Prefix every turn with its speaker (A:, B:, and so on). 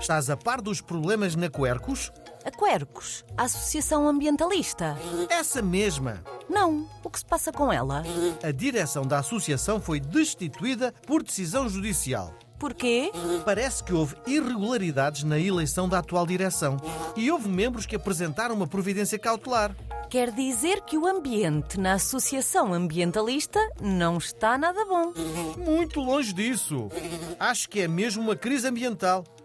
A: Estás a par dos problemas na Quercus?
B: A Quercus, a Associação Ambientalista.
A: Essa mesma.
B: Não, o que se passa com ela?
A: A direção da associação foi destituída por decisão judicial.
B: Porquê?
A: Parece que houve irregularidades na eleição da atual direção e houve membros que apresentaram uma providência cautelar.
B: Quer dizer que o ambiente na Associação Ambientalista não está nada bom.
A: Muito longe disso. Acho que é mesmo uma crise ambiental.